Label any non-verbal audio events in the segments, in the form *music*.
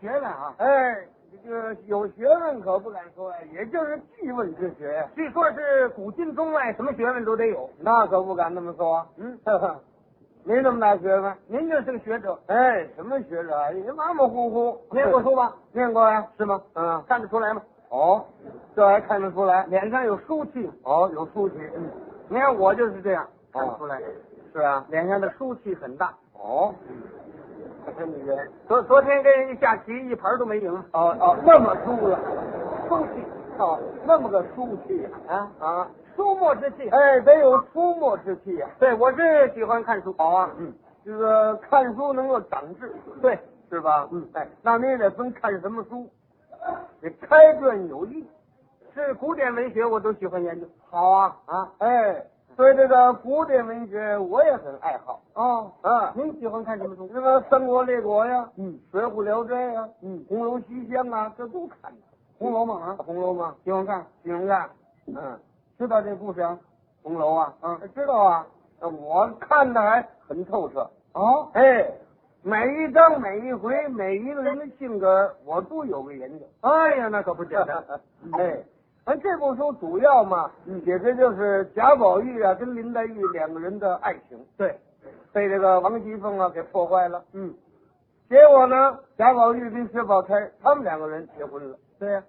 学问啊，哎，这个有学问可不敢说呀，也就是记问之学呀，据说是古今中外什么学问都得有。那可不敢那么说。嗯，呵呵， *laughs* 没那么大学问。您就是个学者，哎，什么学者啊？也马马虎虎，念过，书吧？念过呀，是吗？嗯，看得出来吗？哦，这还看得出来。脸上有书气，哦，有书气，你看我就是这样，哦看得出来，是啊。脸上的书气很大。哦，还真的人。昨昨天跟人家下棋一盘都没赢，哦哦，那么输了，书气哦，那么个书气啊啊，啊！书墨之气。哎，得有出没之气啊呀、对，我是喜欢看书。好啊，嗯，这个看书能够长智，对，是吧？嗯哎，那你也得分看什么书，得开卷有益。是古典文学我都喜欢研究。好啊，啊，哎，对这个古典文学我也很爱好哦，啊。您喜欢看什么书？这个三国列国呀，嗯水浒聊斋呀，嗯，红楼西厢啊，这都看的。红楼梦啊，红楼梦，喜欢看，喜欢看，嗯，知道这故事啊？红楼啊，嗯，知道啊，我看的还很透彻。哦，哎，每一章、每一回、每一个人的性格，我都有个研 *laughs* 究。哎呀，那可不简单。 *laughs* 哎，咱这部书主要嘛，写的就是贾宝玉啊跟林黛玉两个人的爱情，对，被这个王熙凤啊给破坏了。嗯，结果呢，贾宝玉跟薛宝钗他们两个人结婚了，对呀，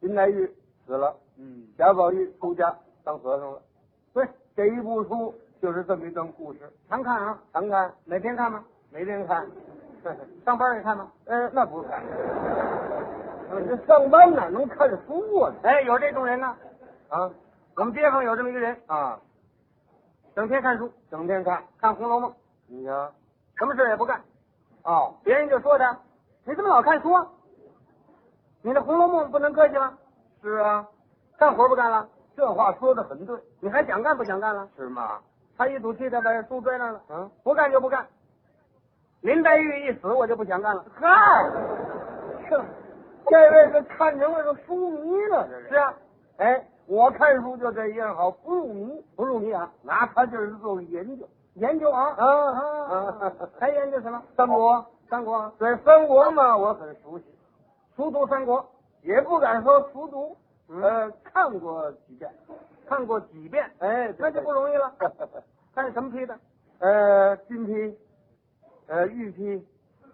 林黛玉死了，嗯，贾宝玉出家当和尚了。对，这一部书就是这么一段故事，常看啊，常看，每天看吗？每天看。 *laughs* 上班也看吗？呃，那不看，你这上班哪能看书啊？哎，有这种人呢。啊我们街坊有这么一个人，啊，整天看书，整天看，看《红楼梦》，你瞧，什么事儿也不干。哦，别人就说他，你怎么老看书啊？你那《红楼梦》不能客气了，是啊，干活不干了，这话说的很对，你还想干不想干了？是吗？他一赌气的把书拽那儿了，嗯，不干就不干。林黛玉一死，我就不想干了。嗨，这这位是看成了个书迷了，这是是。啊，哎，我看书就这一样好，不入迷，不入迷啊，拿它就是做个研究研究啊啊啊。 *laughs* 还研究什么？三国，三国啊， *laughs* 对三国嘛，我很熟悉，熟读三国，也不敢说熟读，嗯呃，看过几遍。看过几遍， *laughs* 哎，那就不容易了。了。看什么批的？呃，金批，呃，玉批，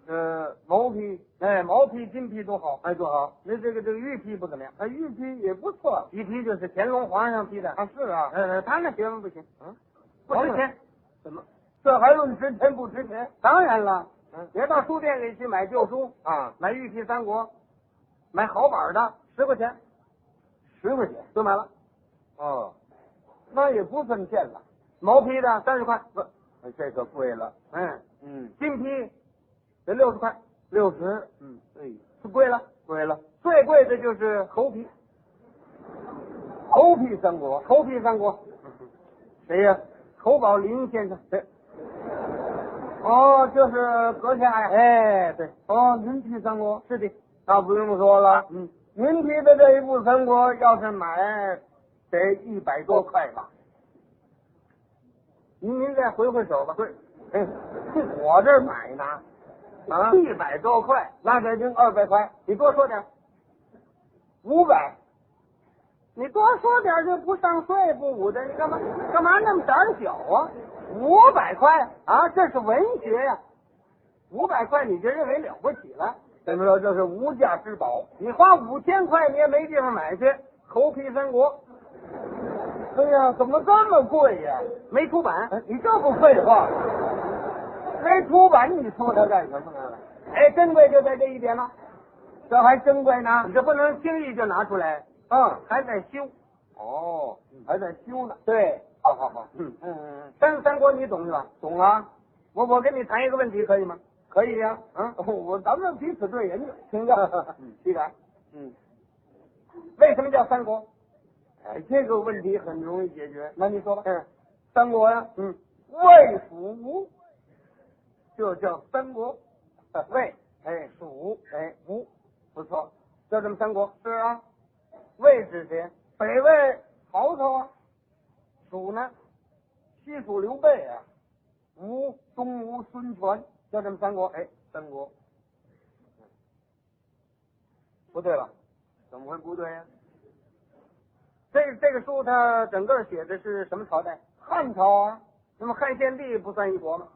呃，毛批，哎，毛批、金批都好，哎，多好。那这个这个玉批不怎么样。啊，玉批也不错。玉批就是乾隆皇上批的，啊，是啊，呃，他那学问不行，嗯，不值钱。怎么？这还论值钱不值钱？当然了，嗯别到书店里去买旧书，啊，买《玉批三国》，买好版的，十块钱十块钱。就买了。哦，那也不算贱了。毛坯的三十块，不，哎这可贵了。嗯，嗯，金坯得六十块，六十。嗯，哎，是贵了。贵了。最贵的就是猴皮，头批三国，猴皮三国，谁呀？侯宝林先生。谁？哦，这是阁下呀。哎，对，哦，您批三国，是的，那不用说了。嗯，您提的这一部《三国》，要是买，得一百多块吧。您您再回回手吧。对，哎， *laughs* 我这儿买呢，啊，一百多块，那得定二百块，你多说点儿，五百。你多说点儿就不上税不武的，你干嘛干嘛那么胆儿小啊？五百块啊，这是文学呀、五百块你就认为了不起了？怎么说？这是无价之宝。你花五千块你也没地方买去，猴皮三国对呀、怎么这么贵呀、没出版。哎你这不废话吗？没出版，你说它干什么呢？哎，珍贵就在这一点了，啊这还珍贵呢。你这不能轻易就拿出来，嗯，还得修。哦，还在修呢。对，好好好，嗯嗯嗯，但是三国你懂是吧？懂啊，我我跟你谈一个问题可以吗？可以呀、啊，我咱们彼此对研究，行 *laughs* 吧？徐然，嗯。为什么叫三国？哎，这个问题很容易解决。那你说吧。嗯，三国呀、嗯，魏蜀吴，就叫三 *laughs* 国。魏哎，蜀哎吴，不错。就这么三国。是啊，魏是谁？北魏曹操啊，蜀呢？西蜀刘备啊，吴东吴孙权，就这么三国。哎，三国。不对吧？怎么会不对呀、这这个书它整个写的是什么朝代？汉朝啊。那么汉献帝不算一国吗？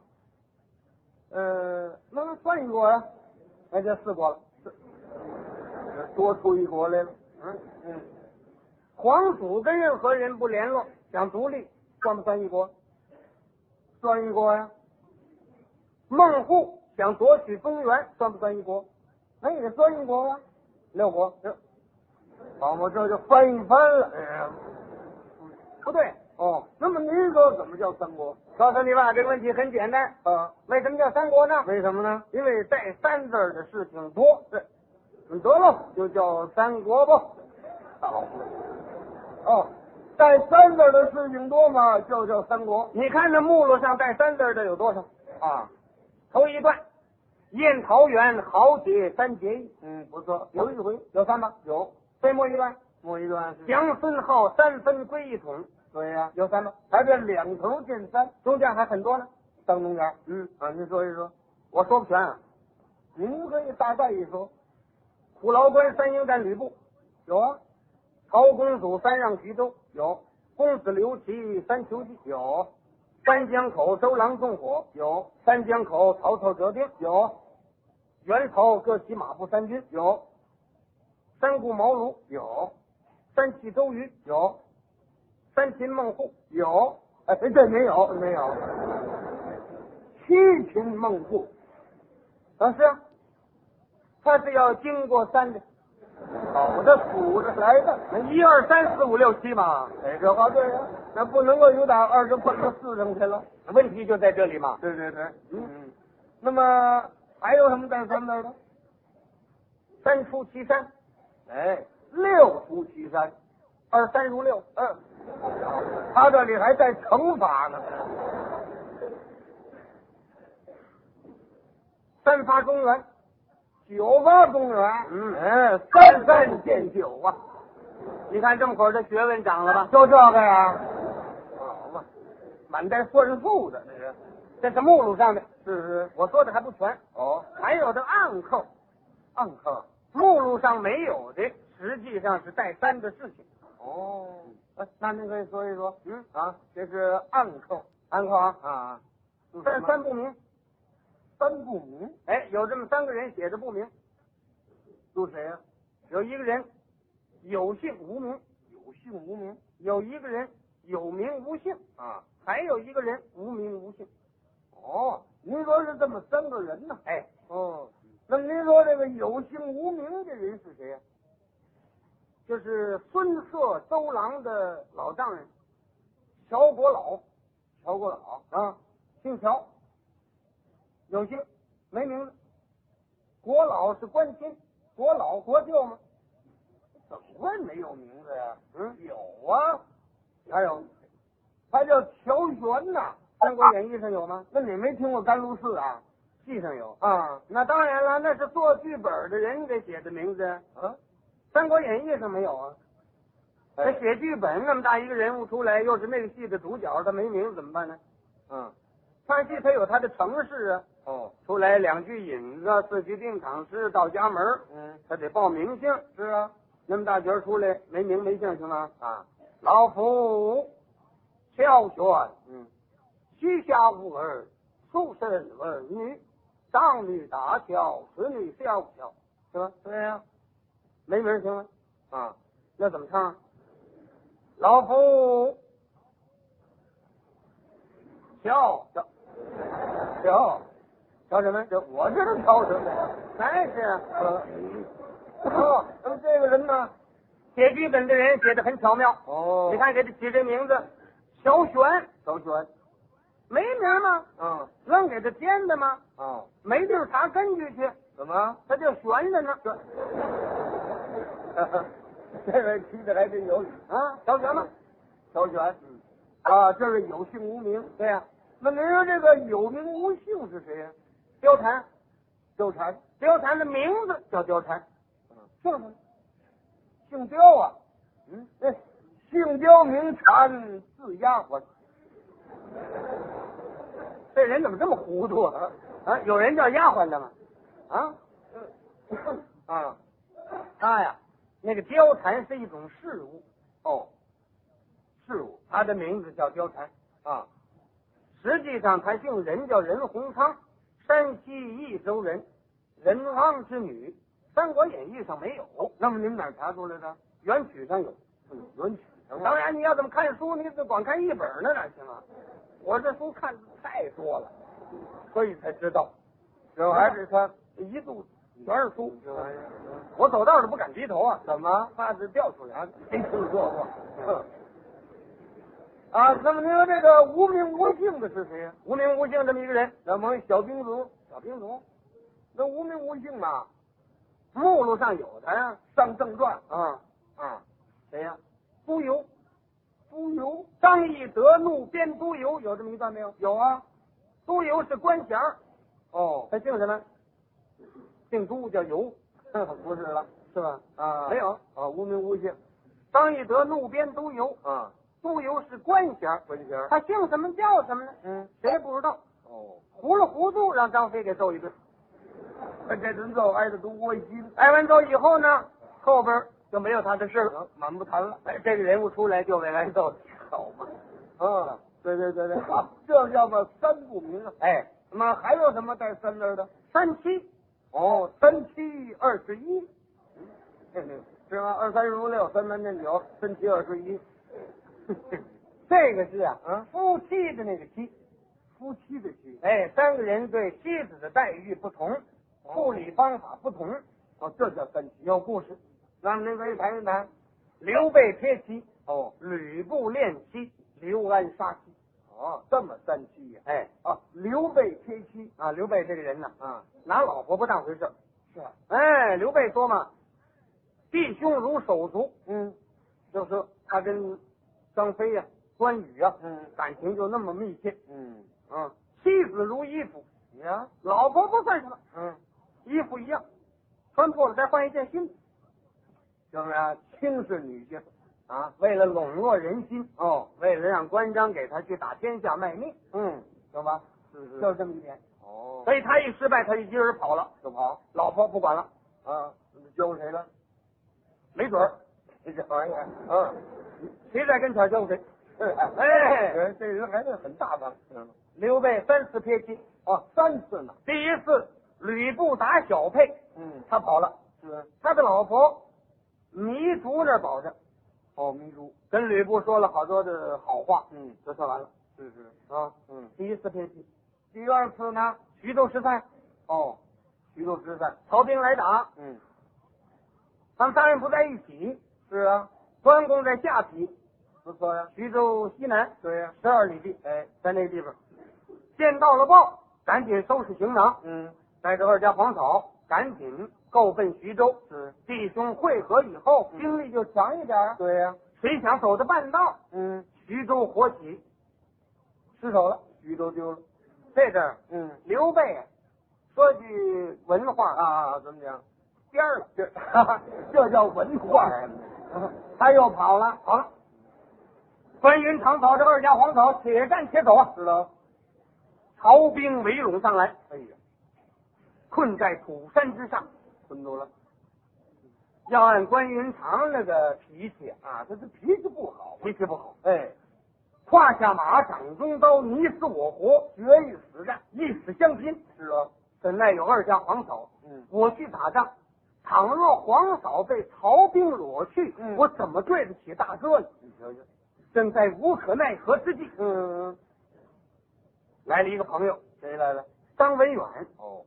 呃，那那算一国呀、那就四国了，多出一国来了。嗯嗯，皇祖跟任何人不联络，想独立，算不算一国？算一国呀、孟户想夺取中原，哎算不算一国？那也算一国呀、六国。这好嘛，这就翻一翻了。哎呀，不对哦。那么您说怎么叫三国？告诉你吧，这个问题很简单。啊，为什么叫三国呢？为什么呢？因为带“三”字儿的事情多。对，嗯得了，就叫三国吧。哦，带三字儿的事情多嘛，就叫三国。你看这目录上带三字儿的有多少啊？头一段，宴桃园，豪杰三结义。嗯，不错，有一回有三吧？有。最末一段，末一段是降孙浩，三分归一统。对呀、有三吧？还这两头见三，中间还很多呢。当中间，嗯啊，您说一说，我说不全、啊，您可以大概一说。虎牢关三英战吕布有啊，曹公主三让徐州有，公子刘琦三求计有，三江口周郎纵火有，三江口曹操折兵有，袁曹各骑马步三军有，三顾茅庐有，三气周瑜有，三秦孟获有，哎，这没有没有，七擒孟获啊是啊，他是要经过三的。好的，数着来的。那一二三四五六七嘛。哎，这话对呀、那不能够有打二十碰到四上去了。问题就在这里嘛。对对对，嗯。那么还有什么带三字的？三出祁山，哎，六出祁山，二三如六。嗯，他这里还带乘法呢。三发中原，九八公园，嗯，哎，三三见九啊！你看这么会儿，这学问长了吧？就这个呀，好嘛，哦满带算数的，这是，这是目录上的，是是，我说的还不全哦，还有的暗扣，暗扣，目录上没有的，实际上是带三的事情。哦，那您可以说一说，嗯啊，这是暗扣，暗扣啊啊，三三不明，三不明。哎，有这么三个人写着不明，有谁啊呀、有一个人有姓无名，有姓无名；有一个人有名无姓啊，还有一个人无名无姓。哦，您说是这么三个人呢？哎，哦，那么您说这个有姓无名的人是谁啊呀、就是孙策周郎的老丈人乔国老，乔国老啊，姓乔，有姓没名字。国老是关亲，国老国舅吗？怎么会没有名字呀？嗯，有啊，还有，他叫乔玄呐，《三国演义》上有吗？那你没听过甘露寺啊？戏上有啊，那当然了，那是做剧本的人给写的名字啊，《三国演义》上没有啊。他写剧本那么大一个人物出来，又是那个戏的主角，他没名字怎么办呢？嗯，唱戏他有他的程式啊。哦，出来两句引子，四句定场诗到家门嗯，他得报名姓。是啊，那么大角儿出来没名没姓行吗？啊，老夫乔玄，嗯，膝下无儿，出身儿女，长女大乔，子女小乔，是吧？对呀、啊没名儿行吗？啊，那怎么唱啊？老夫乔乔。瞧，瞧哦什么？这我这是瞧什么呀？还是啊，哦，那么这个人呢，写剧本的人写的很巧妙。哦你看给他起这名字，乔玄，乔玄，没名吗？嗯，愣给他编的吗？哦，没地儿查根据去，怎 *laughs* 么？他就悬着呢。这位提的还真有理啊，乔玄吗？乔玄，嗯，啊，这是有姓无名，对啊呀、那您说这个有名无姓是谁呀、貂蝉，貂蝉，貂蝉的名字叫貂蝉，姓什么？姓貂啊。嗯，那姓貂名蝉，字丫鬟。这人怎么这么糊涂啊？啊，有人叫丫鬟的吗？啊，啊，他呀，那个貂蝉是一种事物，哦，事物，它的名字叫貂蝉啊。实际上，他姓任，叫任洪昌，山西益州人，任王之女，《三国演义》上没有，那么你们哪儿查出来的？原曲上有。嗯，文曲上当然，你要怎么看书，你只光看一本那哪行啊？我这书看的太多了，所以才知道，这玩意儿他一肚子全是书。这玩意儿我走道儿都不敢低头啊，怎么？怕是掉出 *laughs* 来。没听说过。哼哼啊，那么您说这个无名无姓的是谁呀？ *laughs* 无名无姓这么一个人，咱们小兵卒小兵卒，那无名无姓嘛，目录上有他呀，上正传啊，啊，谁呀？都邮，朱由。张翼德怒鞭都邮，有这么一段没有？有啊。都邮是官衔儿， *laughs* 哦，他姓什么？姓都叫邮，不是了，是吧？啊，没有啊，无名无姓张翼德怒鞭都邮，啊，都邮是官衔儿，文衔儿。他姓什么叫什么呢？嗯，谁也不知道，哦，糊里糊涂让张飞给揍一顿。这人揍挨的都窝心。挨完揍以后呢，后边儿就没有他的事儿了。满不谈了。哎，这个人物出来就被挨揍，好嘛？啊，对对对对，好，这叫做三不明啊。哎，那么还有什么带三字儿的？三七哦，三七二十一，嗯哎是吗？二三如六，三三见九，三七二十一。 *laughs* 这个是啊，嗯夫妻的那个妻。夫妻的妻。哎，三个人对妻子的待遇不同，哦处理方法不同，哦，这叫哦三妻。有故事。那么您可以谈一谈。刘备贴妻，哦吕布恋妻，刘安杀妻。哦，这么三妻呀、哎，啊，刘备贴妻啊，刘备这个人呢，啊，拿老婆不当回事儿。是啊，哎，刘备说嘛，弟兄如手足，嗯就是他跟张飞呀、关羽呀、嗯感情就那么密切。嗯嗯，妻子如衣服，你呀，老婆不算什么，嗯，衣服一样，穿破了再换一件新的就是啊，轻视女性啊。为了笼络人心，哦，为了让关张给他去打天下卖命，嗯，懂吧？是是，就是这么一点。哦，所以他一失败，他就一个人跑了，就跑老婆不管了，啊，教谁了？没准儿这玩意儿，嗯，谁在跟前教谁。是哎哎，这人还是很大方，知道吗？刘备三次撇妻，哦，三次呢，第一次吕布打小沛，嗯，他跑了，是，他的老婆糜竺那儿保着，哦，明珠，跟吕布说了好多的好话，嗯，这算完了是是，啊。嗯，第一次偏心，第二次呢，徐州吃饭，哦，徐州之战，曹兵来打，嗯，他们当然不在一起。是啊，关公在下邳，不错呀，徐州西南对呀，十二里地，哎，在那个地方，见到了报，赶紧收拾行囊，嗯，带着二家黄草，赶紧够奔徐州。是，弟兄会合以后，嗯兵力就强一点啊。对呀，谁想走到半道，嗯，徐州火起，失手了。徐州丢了，这阵儿嗯，刘备啊说句文化啊，啊，怎么讲？颠儿了， *laughs* 这这叫文化呀，啊他又跑了，跑了。关云长跑这二家黄草，且战且走啊！知道？曹兵围拢上来，哎呀，困在土山之上。困住了要按关云长那个脾气啊，啊，他这脾气不好，脾气不好，哎，胯下马，掌中刀，你死我活，决一死战，一死相拼。知道？怎奈有二家黄嫂，嗯，我去打仗，倘若黄嫂被曹兵裸去，嗯我怎么对得起大哥呢？你瞧瞧，正在无可奈何之际，嗯，来了一个朋友，谁来了？张文远，哦，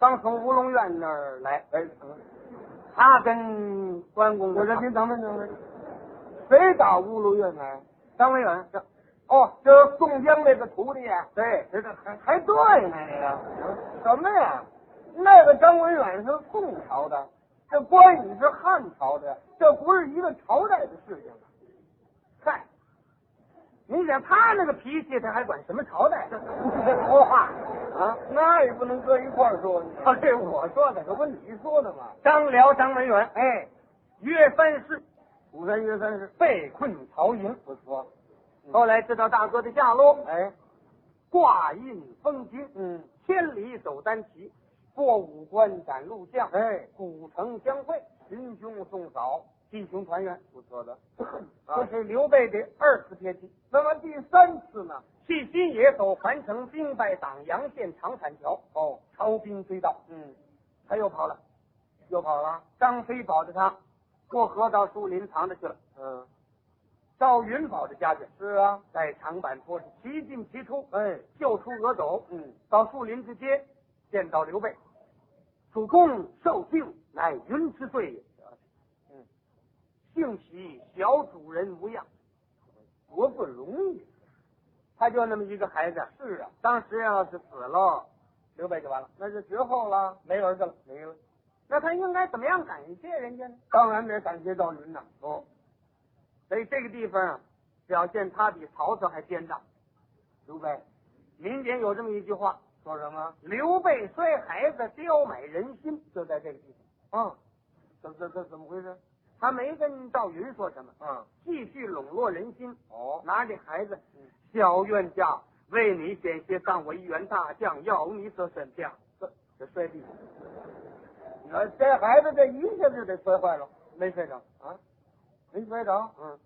刚从乌龙院那儿来，哎，嗯他跟关公我我说这您等等等等，谁打乌龙院来？张文远这哦，这宋江那个徒弟啊，对，这这还还对呢，这个什么呀？那个张文远是宋朝的，这关羽是汉朝的，这不是一个朝代的事情啊。嗨，你想他那个脾气，他还管什么朝 *laughs* 代？说话啊，那也不能搁一块儿说 *laughs* 你啊，这是我说的。这不你说的吗？张辽、张文远哎，约三世五三约三是被困曹营，不错。嗯后来知道大哥的下落，哎，挂印封金，嗯，千里走单骑，过五关斩六将，哎，古城相会，群雄送嫂，弟兄团圆，不错 *clears throat* 的。啊这是刘备的二次接替。那么第三次呢？弃新野走樊城，兵败党阳县长坦桥，哦，曹兵追到，嗯，他又跑了。又跑了。张飞保着他，过河到树林藏着去了。嗯，赵云保着家眷，是啊。在长坂坡是齐进齐出，哎，救出俄斗，嗯，到树林之街见到刘备，主公受敬，乃云之罪也。嗯，幸喜小主人无恙，多不容易。他就那么一个孩子，是啊，当时要是死了，刘备就完了，那是绝后了，没儿子了。没了。那他应该怎么样感谢人家呢？当然得感谢赵云呐。哦，所以这个地方啊，表现他比曹操还奸诈。刘备民间有这么一句话：说什么？刘备摔孩子，刁买人心。就在这个地方，哦啊，怎怎怎怎么回事？他没跟赵云说什么，嗯，继续笼络人心，哦，拿这孩子嗯，小冤家，为你险些丧我一员大将，要你则沈将。这这摔地上你说这孩子这一下就得摔坏了，没摔着，啊，没摔着，嗯，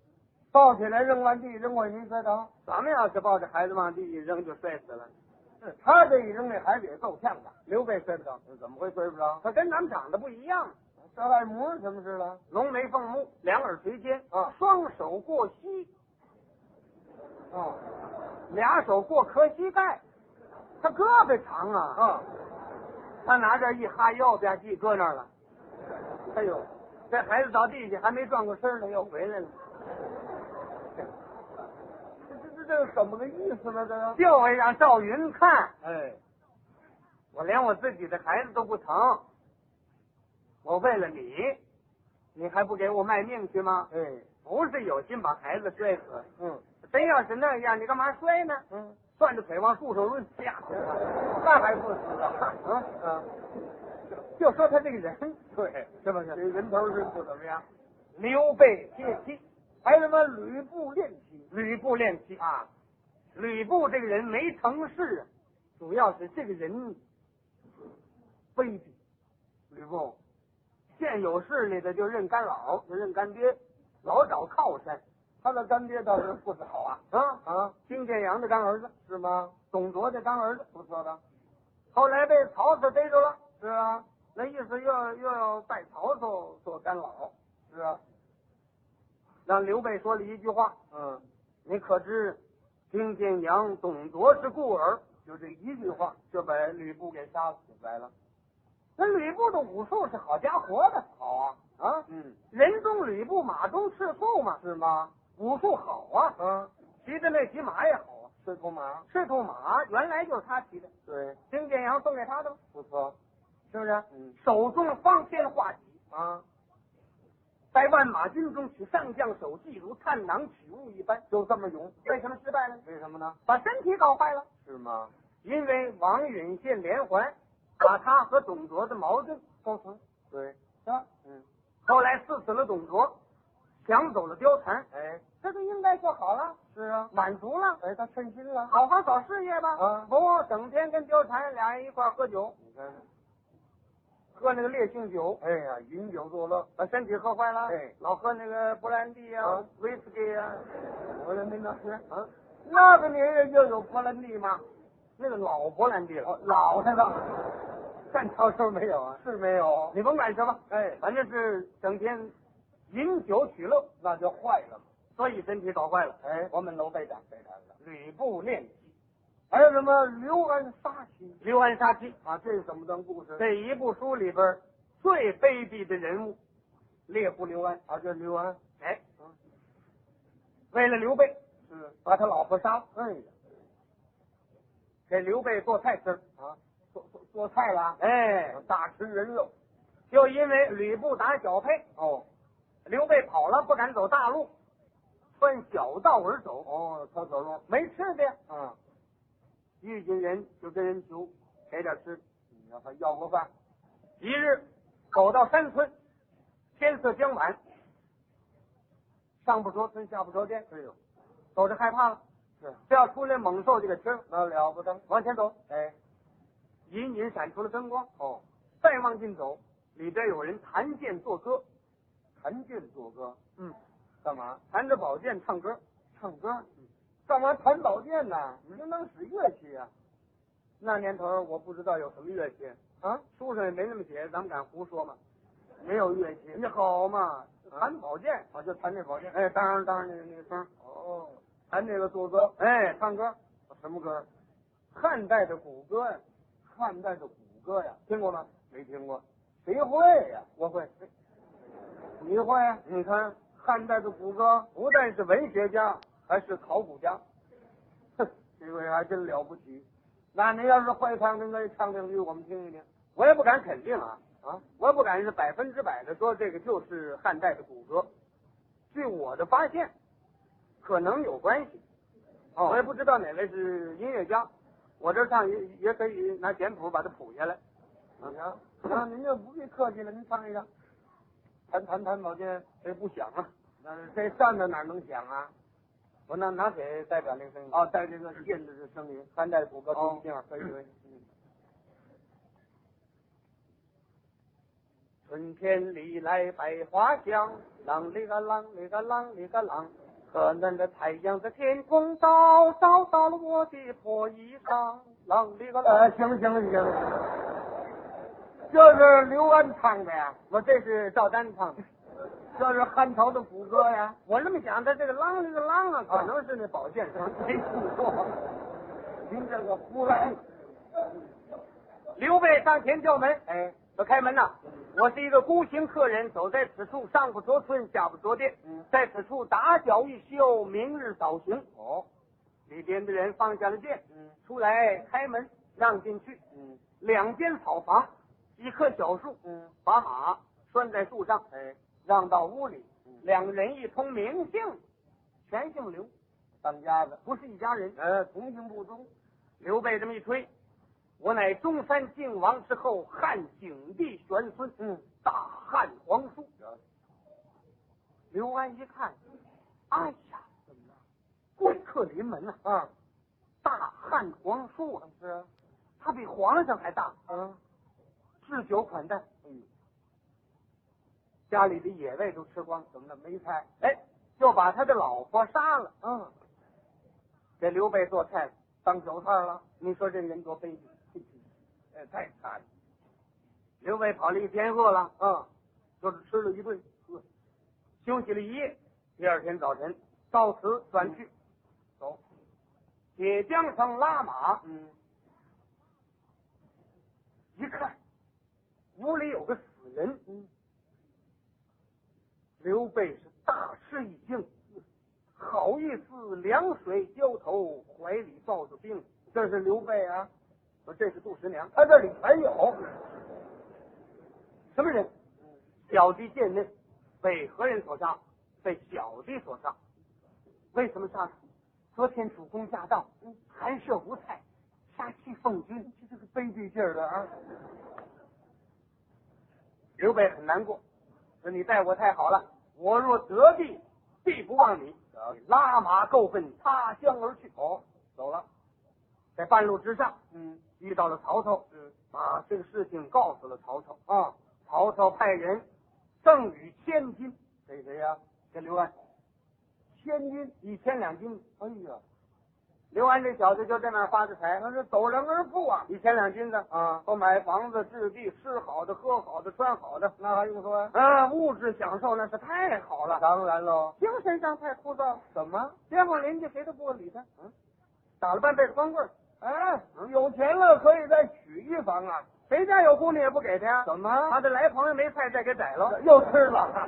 抱起来扔完地扔过去没摔着，咱们要是抱着孩子往地一扔，就摔死了。他这一扔那孩子也够呛的，嗯刘备摔不着，怎么会摔不着？可跟咱们长得不一样，啊这外模是什么事了？龙眉凤目，两耳垂肩，啊双手过膝，啊俩手过磕膝盖，他胳膊长啊，啊，他拿这一哈腰吧唧搁那儿了。哎呦，这孩子到地下还没转过身呢，又回来了，这这这这怎么个意思呢？这个，就为让赵云看，哎，我连我自己的孩子都不疼，我为了你，你还不给我卖命去吗？哎，不是有心把孩子摔死，嗯真要是那样，你干嘛摔呢？嗯，攥着腿往树上抡，啪！那还不死啊？啊，嗯，就说他这个人，对，是不这是？人头是不怎么样，刘备接妻，还他妈吕布练习吕布练妻啊。吕布这个人没成事，啊，主要是这个人卑鄙。吕布，现有势力的就认干老，就认干爹，老找靠山他的干爹倒是不少啊，啊。啊，丁建阳的干儿子，是吗？董卓的干儿子，不错的，后来被曹操逮着了，是啊，那意思又又要拜曹操做干老，是啊，让刘备说了一句话嗯，：“你可知丁建阳、董卓之故耳就这一句话就把吕布给杀死白了。？”那吕布的武术是好家伙的好啊，啊，嗯，人中吕布，马中赤兔嘛，啊是吗？武术好啊，嗯，骑的那匹马也好啊，是头马，赤兔马原来就是他骑的，对，丁建阳送给他的嘛，不错，是不是？嗯手中方天画戟，啊，在万马军中取上将首级，如探囊取物一般。就这么勇，为什么失败了呢？为什么呢？把身体搞坏了，是吗？因为王允献连环，把他和董卓的矛盾搞死。对，啊，嗯，后来刺死了董卓，抢走了貂蝉，哎，这就应该说好了，是啊，满足了，哎，他称心了，好好搞事业吧。啊不整天跟貂蝉俩人一块儿喝酒，你看，喝那个烈性酒，哎呀，饮酒作乐，把身体喝坏了。哎老喝那个勃兰地啊啊、威士忌啊，我说没那是啊，那个年月就有勃兰地吗？那个老勃兰地了，老太了，干潮时候没有啊。是没有，你甭管什么，哎，反正是整天饮酒取乐，那就坏了，所以身体搞坏了。哎，我们楼被斩，这难了，吕布练还有什么刘安杀妻刘安杀妻，啊？这是怎么段故事？这一部书里边最卑鄙的人物，猎户刘安。啊，这刘安哎嗯，为了刘备，是，把他老婆杀了，哎呀，给刘备做菜吃。啊，做做做菜了，啊哎，大吃人肉，就因为吕布打小配，哦刘备跑了，不敢走大路，穿小道而走，哦，他走路，没吃的呀。啊，遇见人就跟人求，给点吃的。你让他要过饭，一日走到山村，天色将晚，上不着村下不着店，哎呦，走着害怕了，是这要出来猛兽就给吃了。那了不得，往前走，哎，隐隐闪出了灯光，哦，再往进走，里边有人弹剑作歌，谭俊做歌，嗯，干嘛？弹着宝剑唱歌，嗯唱歌？干嘛弹宝剑呢？应当使乐器啊！那年头儿我不知道有什么乐器，啊，书上也没那么写，咱们敢胡说吗？没有乐器，你好嘛，弹宝剑，啊哦我就弹这宝剑。哎，当然当然那个那个声儿，哦，弹这个做歌，哎，唱歌，什么歌？汉代的古歌呀，汉代的古歌呀，听过吗？没听过，谁会呀？我会。你会？你看，汉代的古歌不但是文学家，还是考古家。哼，这位还真了不起那您要是会唱，您可以唱两句我们听一听。我也不敢肯定啊，啊！我也不敢是百分之百的说这个就是汉代的古歌。据我的发现，可能有关系。我也不知道哪位是音乐家，我这唱也也可以拿简谱把它谱下来。你看，那啊您就不必客气了，您唱一个。弹弹弹宝剑，这不响啊！那这扇子哪能响啊？我拿拿给代表那个声音。哦，带这个剑的这声音。汉代古歌哦第一调，可以可以。春天里来百花香，啷里个啷里个啷里个啷，可暖的太阳在天空照，照到了我的破衣裳，啷里个啷。呃，行行行，这是刘安唱的呀，我这是赵丹唱的，这是汉朝的古歌呀。我这么想，他这个啷里个啷啊，啊可能是那宝剑声。没听过，您这个胡来。刘备上前叫门，哎，我开门呐！我是一个孤行客人，走在此处，上不着村，下不着店。嗯在此处打搅一宿，明日早行。哦，里边的人放下了剑，嗯出来开门让进去。嗯两间草房，一棵小树，嗯，把马拴在树上，哎，让到屋里嗯。两人一通名姓，全姓刘，当家的，不是一家人。呃，同姓不忠，刘备这么一吹，我乃中山靖王之后，汉景帝玄孙，嗯，大汉皇叔。刘安一看，哎呀，贵客临门呐、啊，大汉皇叔啊，是啊，他比皇上还大，嗯，置酒款待，嗯哎呦，家里的野味都吃光，怎么了？没猜，哎，就把他的老婆杀了，嗯，给刘备做菜了当小菜了，你说这人多卑鄙！哎，太惨了，刘备跑了一天饿了，嗯，就是吃了一顿，饿休息了一夜。第二天早晨，到此转去，走，铁缰上拉马，嗯，一看屋里有个死人，嗯，刘备是大吃一惊，好意思凉水浇头，怀里抱着病。这是刘备啊，我这是杜十娘，哎他这里全有，什么人？小弟贱内，被何人所杀？被小弟所杀。为什么杀他？昨天主公驾到，嗯寒舍无菜，杀气奉君。这这个卑鄙劲儿的啊，刘备很难过，说你待我太好了，我若得地，必不忘你。啊拉马够奔他乡而去。哦，走了，在半路之上嗯，遇到了曹操，是，把这个事情告诉了曹操。啊，曹操派人赠与千金这谁呀？给刘安，千金，一千两金。哎呀，刘安这小子就在那儿发着财，那是走人而富啊，一千两金子，啊，我买房子、置地、吃好的、喝好的、穿好的，那还用说呀？啊，物质享受那是太好了，当然喽，精神上太枯燥了。怎么？街坊邻居谁都不理他，嗯，打了半辈子光棍儿，嗯哎，有钱了可以再娶一房啊？谁家有姑娘也不给他呀。怎么？他的来朋友没菜再给宰了，又吃了？